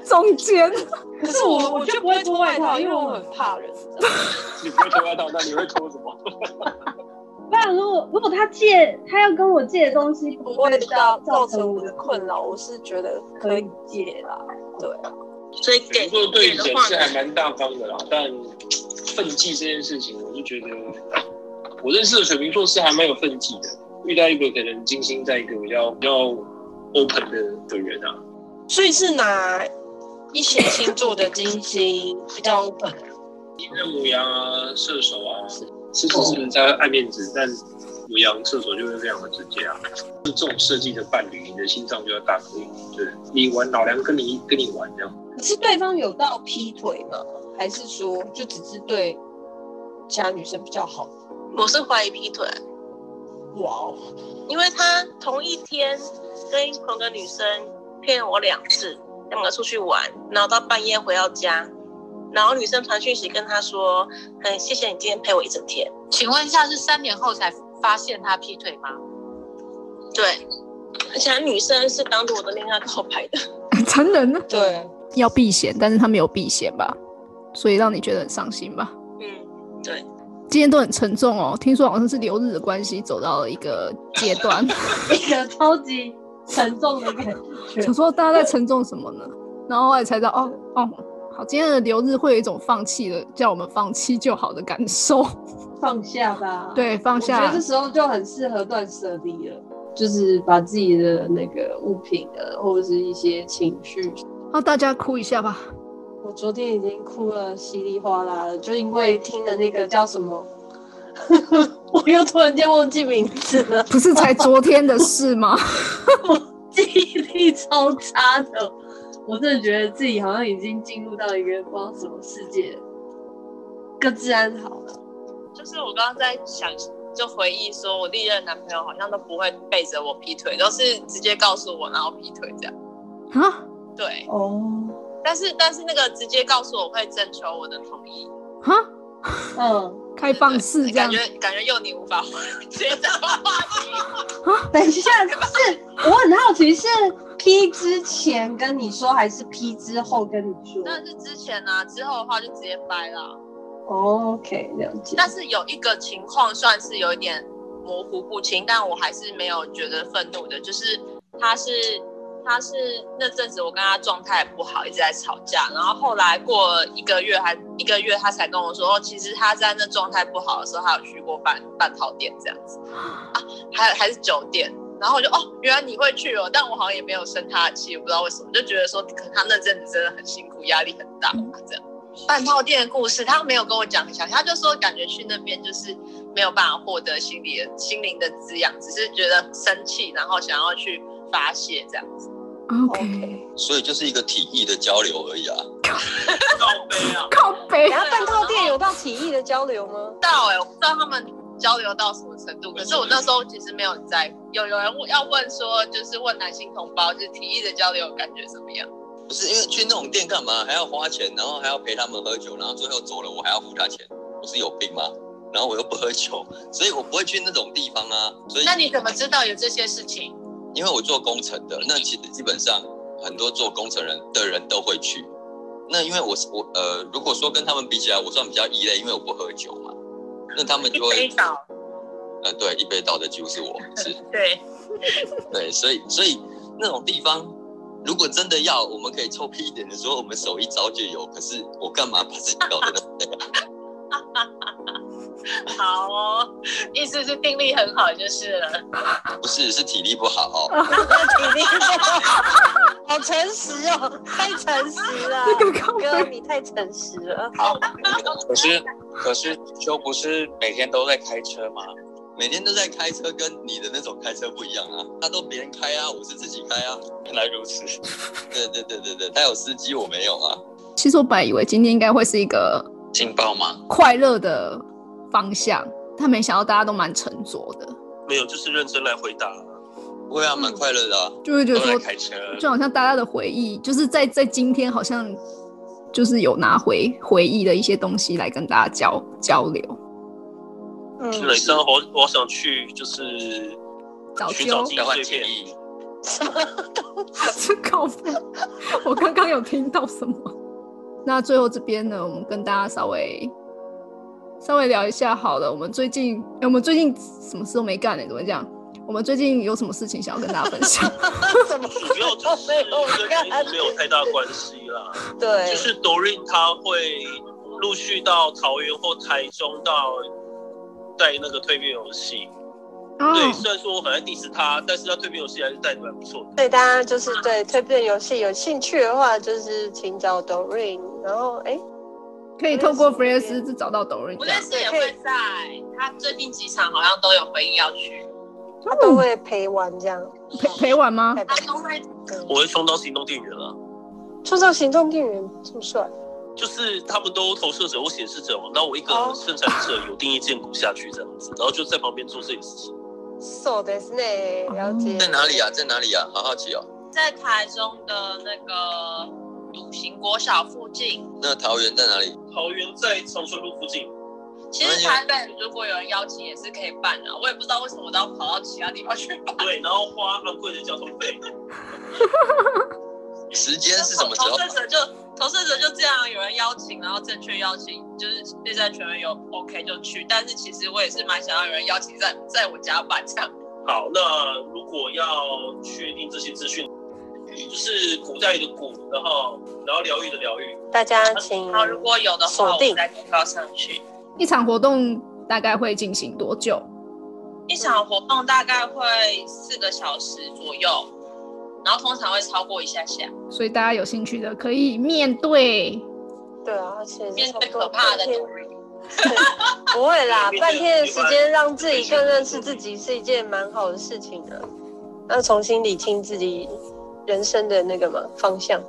中间， 可是我我就不会脱外套，因为我很怕人。你不会脱外套，那你会脱什么？不然如果如果他借他要跟我借的东西，不不会会造造造造成成我的困扰，我是觉得可以解啦。对啊，所以给做对人是还蛮大方的啦，但奋际这件事情，我就觉得我认识的水瓶座是还蛮有奋际的。遇到一个可能金星在一个比较比较 open 的的人啊，所以是拿一些星座的金星比较 open，因为母羊啊、射手啊，狮子是在爱面子，但母羊、射手就会非常的直接啊。这种设计的伴侣，你的心脏就要大颗一点，对你玩老梁跟你跟你玩这样。可是对方有到劈腿吗？还是说就只是对其他女生比较好？我是怀疑劈腿。哇哦！因为他同一天跟同个女生骗我两次，两个出去玩，然后到半夜回到家，然后女生传讯息跟他说：“很谢谢你今天陪我一整天。请问一下，是三年后才发现他劈腿吗？”对，而且女生是当着我的面跟他告白的，很残忍啊呢。对， 要避嫌，但是他没有避嫌吧，所以让你觉得很伤心吧。嗯，对，今天都很沉重哦，听说好像是留日的关系走到了一个阶段，一个超级沉重的感觉。想说大家在沉重什么呢？然后后来才知道，哦哦，好，今天的留日会有一种放弃的，叫我们放弃就好的感受。放下吧。对放下我觉得这时候就很适合断舍离了，就是把自己的那个物品啊，或者是一些情绪。让啊大家哭一下吧。我昨天已经哭了稀里哗啦了，就因为听的那个叫什么， 我又突然间忘记名字了。不是才昨天的事吗？ 记忆力超差的，我真的觉得自己好像已经进入到一个不知道什么世界了。各自安好了，就是我刚刚在想，就回忆说我历任男朋友好像都不会背着我劈腿，都是直接告诉我然后劈腿这样。啊？对，哦，但是但是那个直接告诉我会征求我的同意，哈？嗯，啊开放式这样感。觉感觉幼你无法回接 这个话题。等一下，是我很好奇，是 P 之前跟你说，还是 P 之后跟你说 但是之前呢、之后的话就直接掰了。哦？OK，了解。但是有一个情况算是有一点模糊不清，但我还是没有觉得愤怒的，就是他是他是那阵子我跟他状态不好，一直在吵架，然后后来过了一个月还一个月，他才跟我说，哦，其实他在那状态不好的时候，他有去过半半套店这样子，啊，还还是酒店。然后我就哦，原来你会去哦，但我好像也没有生他的气，我不知道为什么，就觉得说可能他那阵子真的很辛苦，压力很大吧，这样。半套店的故事，他没有跟我讲很详细，他就说感觉去那边就是没有办法获得心理的心灵的滋养，只是觉得生气，然后想要去发泄这样子。啊 OK，所以就是一个体意的交流而已啊。 靠北。然后半套店有到体意的交流吗？到哎、我不知道他们交流到什么程度，可是我那时候其实没有很在乎。有有人问要问说，就是问男性同胞，就是体意的交流感觉怎么样？不是因为去那种店干嘛？还要花钱，然后还要陪他们喝酒，然后最后走了我还要付他钱，我是有病吗？然后我又不喝酒，所以我不会去那种地方啊。所以那你怎么知道有这些事情？因为我做工程的，那其实基本上很多做工程人的人都会去。那因为我是我呃，如果说跟他们比起来，我算比较异类，因为我不喝酒嘛。那他们就会非常呃，对，一杯倒的几乎是我，是对，对，所以所以那种地方，如果真的要，我们可以臭屁一点的说，我们手一招就有。可是我干嘛把自己搞得那么累啊？好哦，意思是定力很好就是了。不是，是体力不好、哦体力 好诚实哦，太诚实了，哥，你太诚实了。好，可是可是就不是每天都在开车吗？每天都在开车，跟你的那种开车不一样啊。他都别人开啊，我是自己开啊。原来如此。对对对对对，他有司机，我没有啊。其实我本来以为今天应该会是一个劲爆吗？快乐的方向，但没想到大家都蛮沉着的，没有，就是认真来回答。不会啊，蛮快乐的、啊。就会觉得说开车，就好像大家的回忆，就是在在今天好像就是有拿回回忆的一些东西来跟大家交交流。 嗯听了一声，我我想去就是早寻找自己交碎片。什么东西？靠背！我刚刚有听到什么？那最后这边呢，我们跟大家稍微稍微聊一下好了。我们最近，哎我们最近什么事都没干呢、怎么讲？我们最近有什么事情想要跟大家分享？什么主要就是跟年纪没有太大关系啦。对就是 Doreen 他会陆续到桃园或台中到带那个蜕变游戏。啊对，虽然说我很爱 diss 他，但是他蜕变游戏还是带的蛮不错的。所以大家就是对蜕变游戏有兴趣的话，就是请找 Doreen，然后哎，可以透过 f r e s 是找到抖音我。认识也会在，他最近几场好像都有回应要去，他都会陪玩这样，陪陪玩吗？他都会我会充当行动电源啊，创造行动电源这么帅，就是他们都投射者或显示者嘛，那我一个哦生产者有定义建骨下去这样子，然后就在旁边做这件事情。 so 的是呢，了解。在哪里啊？在哪里啊？好好奇哦。在台中的那个笃行国小附近。那桃园在哪里？桃园在长春路附近。其实哎台北如果有人邀请也是可以办的、我也不知道为什么我都要跑到其他地方去办。对，然后花昂贵的交通费。时间是什么时投候？射者就投射者就这样，有人邀请，然后正确邀请，就是内在权威有 OK 就去。但是其实我也是蛮想要有人邀请在在我家办这样。好，那如果要确定这些资讯，就是古代的古，然后然后疗愈的疗愈，大家请好，如果有的话，锁我定再公告上去。一场活动大概会进行多久？一场活动大概会四个小时左右，然后通常会超过一下下。所以大家有兴趣的可以面对。对啊，而且面对可怕的半 天不会啦，半天的时间让自己更认识自己是一件蛮好的事情的、要重新理清自己人生的那个嘛方向。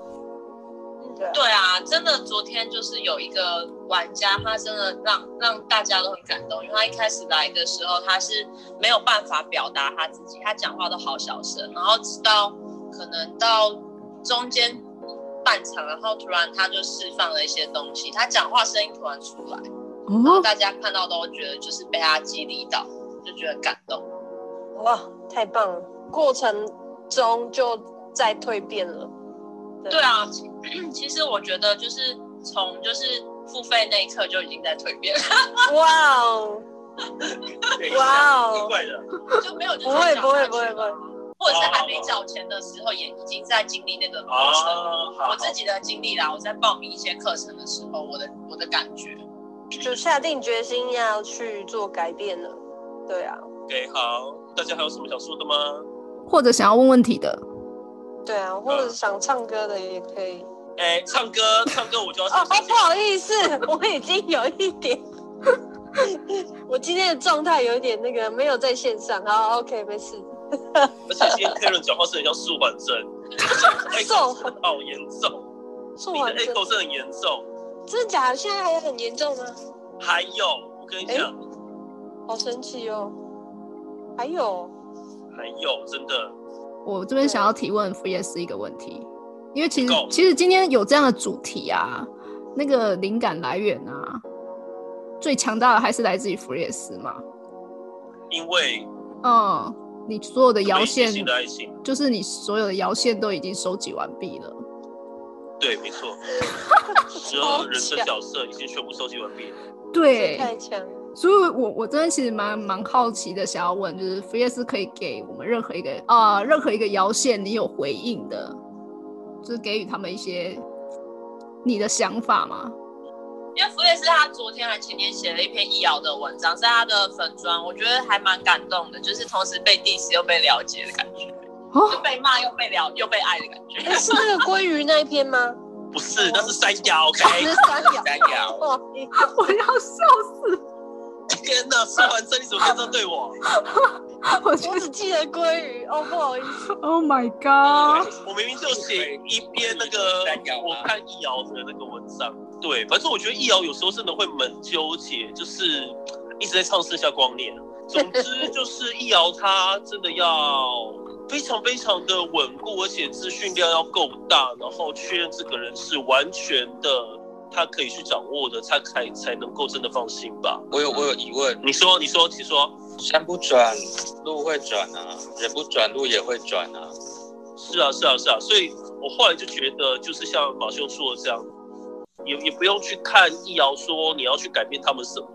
对啊，真的，昨天就是有一个玩家，他真的让让大家都很感动，因为他一开始来的时候，他是没有办法表达他自己，他讲话都好小声，然后直到可能到中间半场，然后突然他就释放了一些东西，他讲话声音突然出来，然后哦，大家看到都觉得就是被他激励到，就觉得很感动。哇，太棒了！过程中就在蜕变了。对啊， 其其实我觉得就是从就是付费那一刻就已经在蜕变了， 哇哦，哇哦，就没有就不会是不会不会不会，或者是还没缴钱的时候，也已经在经历那啊个过哦程。我自己的经历啦，我在报名一些课程的时候，我的我的感觉。就下定决心要去做改变了。对啊， OK，好，大家还有什么想说的吗？或者想要问问题的，对啊，或者想唱歌的也可以。哎，唱歌唱歌我就要哦，不好意思，我已经有一点，我今天的状态有一点那个没有在线上。好，OK，没事。而且今天 Karen 讲话是很像 素缓症，瘦好严重，素你的缓症 echo 是很严重。真的假的？现在还有很严重吗？还有，我跟你讲，好神奇哦！还有，还有真的，我这边想要提问 f r e s 一个问题，因为其实其实今天有这样的主题啊，那个灵感来源啊，最强大的还是来自于 f r e s 嘛。因为嗯，你所有的摇线新的爱情，就是你所有的摇线都已经收集完毕了。对，没错，十二人生角色已经全部收集完毕了。对，太强。所以我，我真的其实蛮蛮好奇的，想要问，就是 f r e s 可以给我们任何一个啊、任何一个摇线，你有回应的，就是给予他们一些你的想法 吗？因为福也是他昨天还前天写了一篇易遥的文章，是他的粉砖，我觉得还蛮感动的，就是同时被 diss 又被了解的感觉，就被骂又被了又被爱的感觉。欸是那个鲑鱼那一篇吗？不是，那是三爻，OK，是三爻三 爻。我要笑死！天哪，吃完生你怎么可以这样对我？我只记得鲑鱼，哦，不好意思。 Oh my god！我明明就写一篇那个我看易遥的那个文章，对，反正我觉得易遥有时候真的会蛮纠结，就是一直在唱《四下光年》。总之就是易遥他真的要非常非常的稳固，而且资讯量要够大，然后确认这个人是完全的他可以去掌握的，他才才能够真的放心吧。我有我有疑问，你说你说你说，山不转路会转啊，人不转路也会转啊。是啊，是啊，是啊，所以我后来就觉得，就是像马修说的这样，也也不用去看易遥说你要去改变他们什么，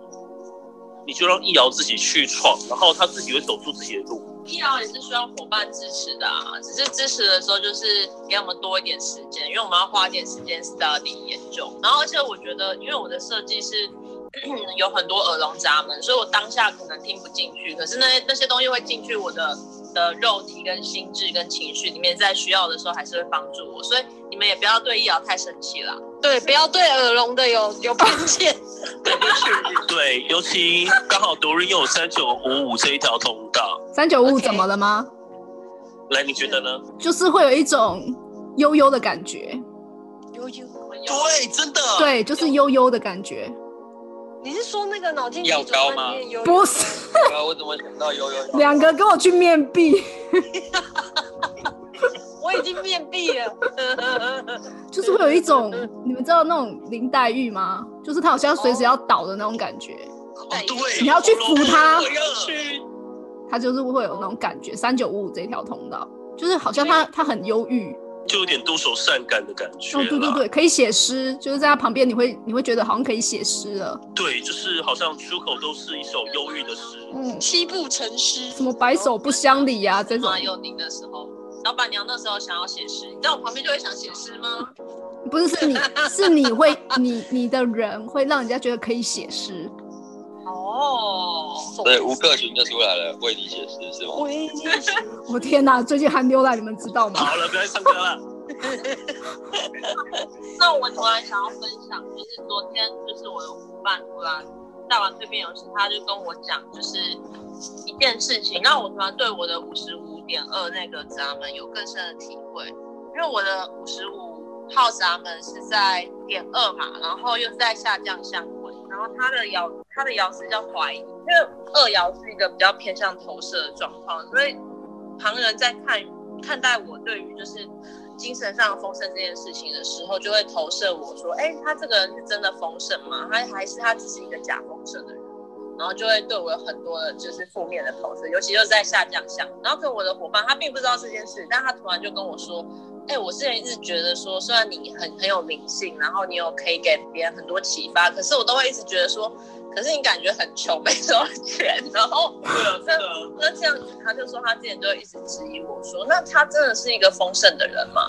你就让易遥自己去闯，然后他自己会走出自己的路。易遥也是需要伙伴支持的啊，只是支持的时候就是给我们多一点时间，因为我们要花一点时间 study 研究。然后而且我觉得，因为我的设计是 有很多耳聋闸门，所以我当下可能听不进去，可是那些那些东西会进去我的的肉体、跟心智、跟情绪里面，在需要的时候还是会帮助我。所以你们也不要对易遥太生气啦，对，不要对耳聋的有有偏 见。对，尤其刚好独立又有三九五五这一条通道，三九五怎么了吗来，你觉得呢？就是会有一种悠悠的感觉，悠悠，对，真的，对，就是悠悠的感觉。你是说那个脑筋急药膏转吗弯里面有？不是，对啊，我怎么想到悠悠？两个跟我去面壁，我已经面壁了。就是会有一种，你们知道那种林黛玉吗？就是她好像随时要倒的那种感觉，哦对你要去扶她我要去。她就是会有那种感觉。三九五五这条通道，就是好像她她很忧郁，就有点多愁善感的感觉哦，对对啦。对，可以写诗，就是在她旁边，你会你会觉得好像可以写诗了。对，就是好像出口都是一首忧郁的诗。嗯，七步成诗，什么白首不相离呀、啊，这种哎马幼宁的时候，老板娘那时候想要写诗，你在我旁边就会想写诗吗？不 是是你是你会你你的人会让人家觉得可以写诗，哦，对，吴克群就出来了，为你写诗是吗？ 我天哪，最近韩流来，你们知道吗？好了，不要再唱歌了。那我突然想要分享，就是昨天就是我的伙伴突然带完蜕变游戏，他就跟我讲，就是一件事情，让我突然对我的五十五点二那个闸门有更深的体会，因为我的五十五号闸门是在点二嘛，然后又是在下降相位，然后它的爻它的爻是叫怀疑，因为二爻是一个比较偏向投射的状况，所以旁人在看看待我对于就是精神上丰盛这件事情的时候，就会投射我说，哎、他这个人是真的丰盛吗？他还是他只是一个假丰盛的人？然后就会对我有很多的就是负面的投射，尤其就是在下降项。然后跟我的伙伴，他并不知道这件事，但他突然就跟我说，哎、我之前一直觉得说，虽然你很很有灵性，然后你有可以给别人很多启发，可是我都会一直觉得说，可是你感觉很穷，没什么钱，然后那那这样子，他就说他之前就一直质疑我说，那他真的是一个丰盛的人吗？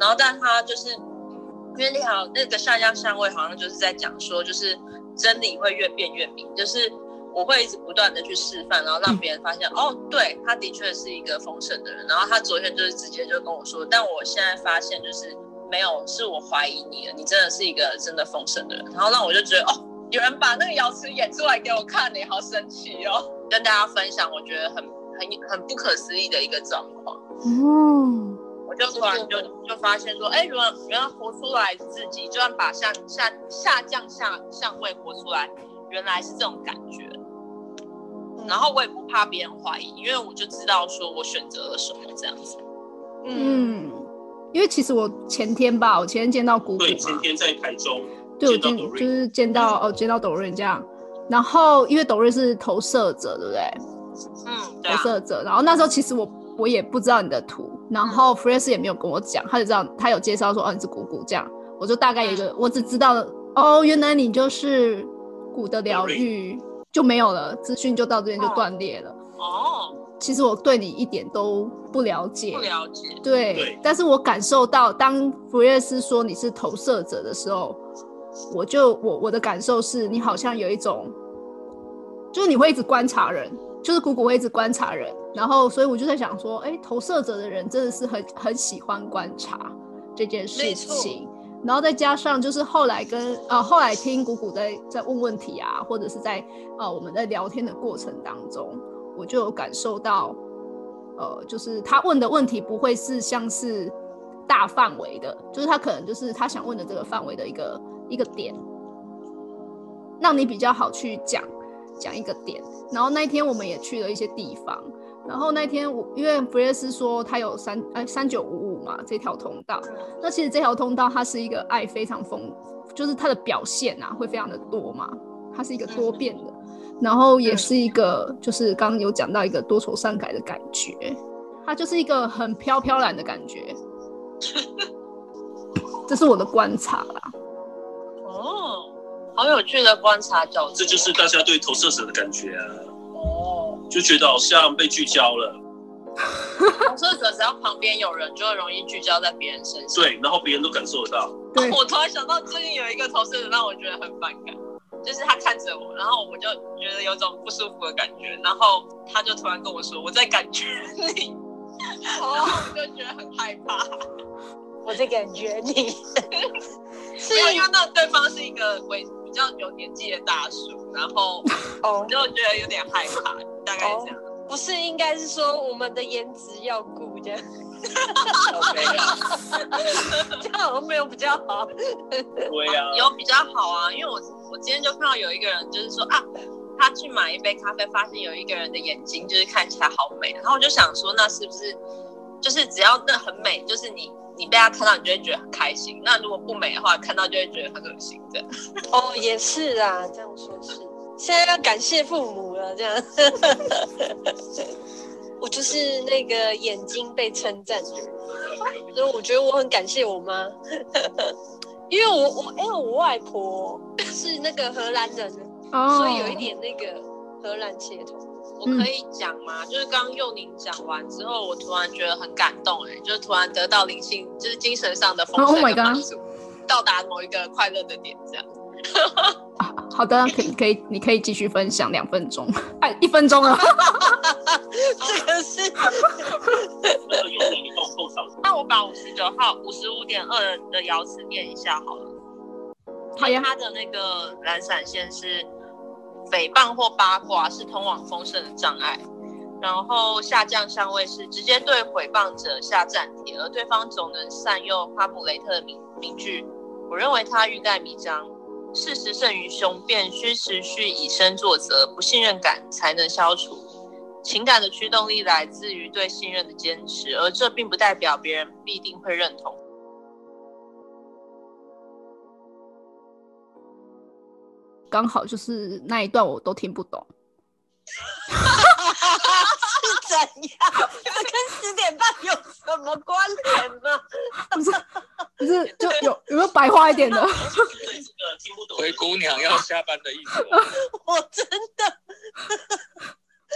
然后但他就是因为你好那个下降相位好像就是在讲说，就是真理会越变越明，就是我会一直不断的去示范，然后让别人发现，哦，对，他的确是一个丰盛的人。然后他昨天就是直接就跟我说，但我现在发现就是。没有，是我怀疑你了，你真的是一个真的丰盛的人。然后让我就觉得哦，有人把那个瑶池演出来给我看呢、好神奇哦！跟大家分享，我觉得很很很不可思议的一个状况。哦，我就突然就就发现说，哎、原来原来活出来自己，就算把下下下降下相位活出来，原来是这种感觉。然后我也不怕别人怀疑，因为我就知道说我选择了什么这样子。嗯，因为其实我前天吧，我前天见到姑姑对，嘛前，天在台中，对，我见到见董瑞就是见到哦，见到董瑞这样，然后因为董瑞是投射者，对不对？嗯，投射者。然后那时候其实我我也不知道你的图，然嗯后 f r e s 也没有跟我讲，他就知道他有介绍说哦你是姑姑这样，我就大概有一嗯个，我只知道哦原来你就是骨的疗愈就没有了，资讯就到这边就嗯断裂了。哦，其实我对你一点都不了解，不了解。对，但是我感受到，当弗列斯说你是投射者的时候，我就我我的感受是你好像有一种，就是你会一直观察人，就是姑姑会一直观察人，然后所以我就在想说，哎，投射者的人真的是很很喜欢观察这件事情。然后再加上就是后来跟呃后来听谷谷在在问问题啊，或者是在呃我们在聊天的过程当中，我就有感受到，呃，就是他问的问题不会是像是大范围的，就是他可能就是他想问的这个范围的一个一个点，让你比较好去讲讲一个点。然后那一天我们也去了一些地方，然后那天我因为弗列斯说他有三呃三九五五嘛这条通道，那其实这条通道它是一个爱非常丰，就是它的表现啊会非常的多嘛，它是一个多变的，嗯然后也是一个就是刚刚有讲到一个多愁善感的感觉，它就是一个很飘飘然的感 觉，这是我的观察啦。哦，好有趣的观察角度。这就是大家对投射者的感觉啊。哦就觉得好像被聚焦了，投射者只要旁边有人，就会容易聚焦在别人身上。对，然后别人都感受得到。哦对我突然想到最近有一个投射者让我觉得很反感，就是他看着我，然后我就觉得有种不舒服的感觉，然后他就突然跟我说我在感觉你， 然后我就觉得很害怕。我在感觉 你，是因为那对方是一个为比较有年纪的大叔，然后我就觉得有点害怕，大概是这样。哦不是应该是说我们的颜值要顾这样？ 这样好像没有比较好。对呀、啊有比较好啊，因为我我今天就看到有一个人，就是说啊，他去买一杯咖啡，发现有一个人的眼睛就是看起来好美，然后我就想说，那是不是就是只要那很美，就是你你被他看到，你就会觉得很开心。那如果不美的话，看到就会觉得很恶心的。哦，也是啊，这样说是。现在要感谢父母了，这 样。我就是那个眼睛被称赞的 人，所以我觉得我很感谢我妈， 因为我我哎、我外婆是那个荷兰人，哦所以有一点那个荷兰血统。我可以讲吗？就是刚刚佑宁讲完之后，我突然觉得很感动、哎，就是突然得到灵性，就是精神上的丰 Oh 盛 my 跟满 god！足，到达某一个快乐的点，这样。 好的，可以可以，你可以继续分享两分钟，哎，一分钟了。这个是。哦那我把五十九号五十五点二的瑶池念一下好了。好 呀它的那个蓝闪线是诽谤或八卦是通往丰盛的障碍，然后下降相位是直接对诽谤者下战帖，而对方总能善用哈姆雷特的名名句。我认为他欲盖弥彰，事实胜于雄辩，需持续以身作则，不信任感才能消除。情感的驱动力来自于对信任的坚持，而这并不代表别人必定会认同。刚好就是那一段我都听不懂。是怎样？这跟十点半有什么关联吗？不是，不是，就有有没有白话一点的？ 啊灰姑娘要下班的意思。哦我真的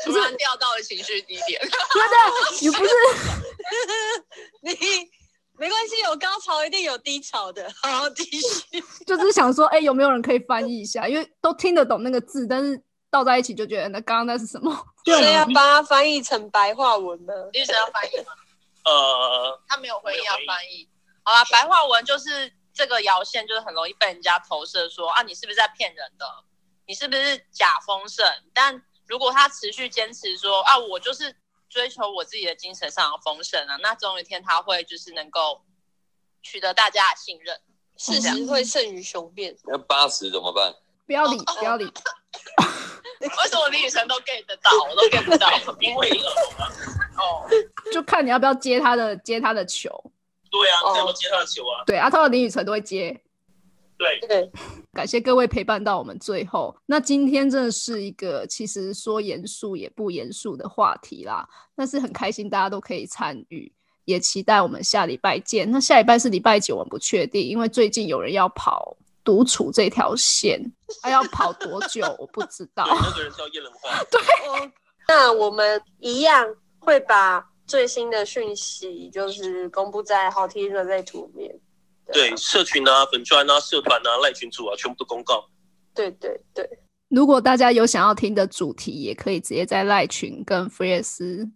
突然掉到了情绪低点，真的，你啊不是 你没关系，有高潮一定有低潮的。好，继续。就是想说，哎、有没有人可以翻译一下？因为都听得懂那个字，但是倒在一起就觉得那刚刚那是什么？ 所以要把它翻译成白话文呢？律师要翻译吗？呃，他没有回应要翻译。好啊，白话文就是这个谣线，就是很容易被人家投射说啊，你是不是在骗人的？你是不是假丰盛？但如果他持续坚持说啊，我就是追求我自己的精神上的丰盛啊，那总有一天他会就是能够取得大家的信任。事实会胜于雄辩。那八十怎么办？不要理，不哦要理。为什么李宇辰都 get 得到，我都 get 不到？因为哦，就看你要不要接他的接他的球。对哦啊，看有没有接他的球啊？对，阿涛和林宇辰都会接。对对，感谢各位陪伴到我们最后。那今天真的是一个其实说严肃也不严肃的话题啦，但是很开心大家都可以参与，也期待我们下礼拜见。那下礼拜是礼拜几我们不确定，因为最近有人要跑独处这条线，他要跑多久我不知道。对，那个人叫叶仁化。对，那我们一样会把最新的讯息就是公布在好听的在图面。对，社群啊、粉砖啊、社团啊、赖群组啊，全部都公告。对对对，如果大家有想要听的主题，也可以直接在赖群跟弗列斯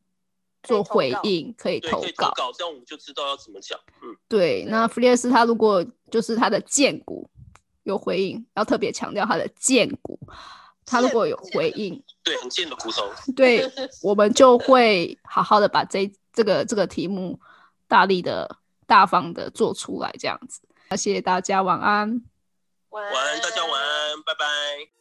做回应，可以对，投可以投稿。稿，这样我们就知道要怎么讲。嗯，对，那弗列斯他如果就是他的剑骨有回应，要特别强调他的剑骨，他如果有回应，对，很贱的骨头。对我们就会好好的把这这个这个题目大力的、大方的做出来，这样子。那谢谢大家，晚安。晚安，大家晚安，拜拜。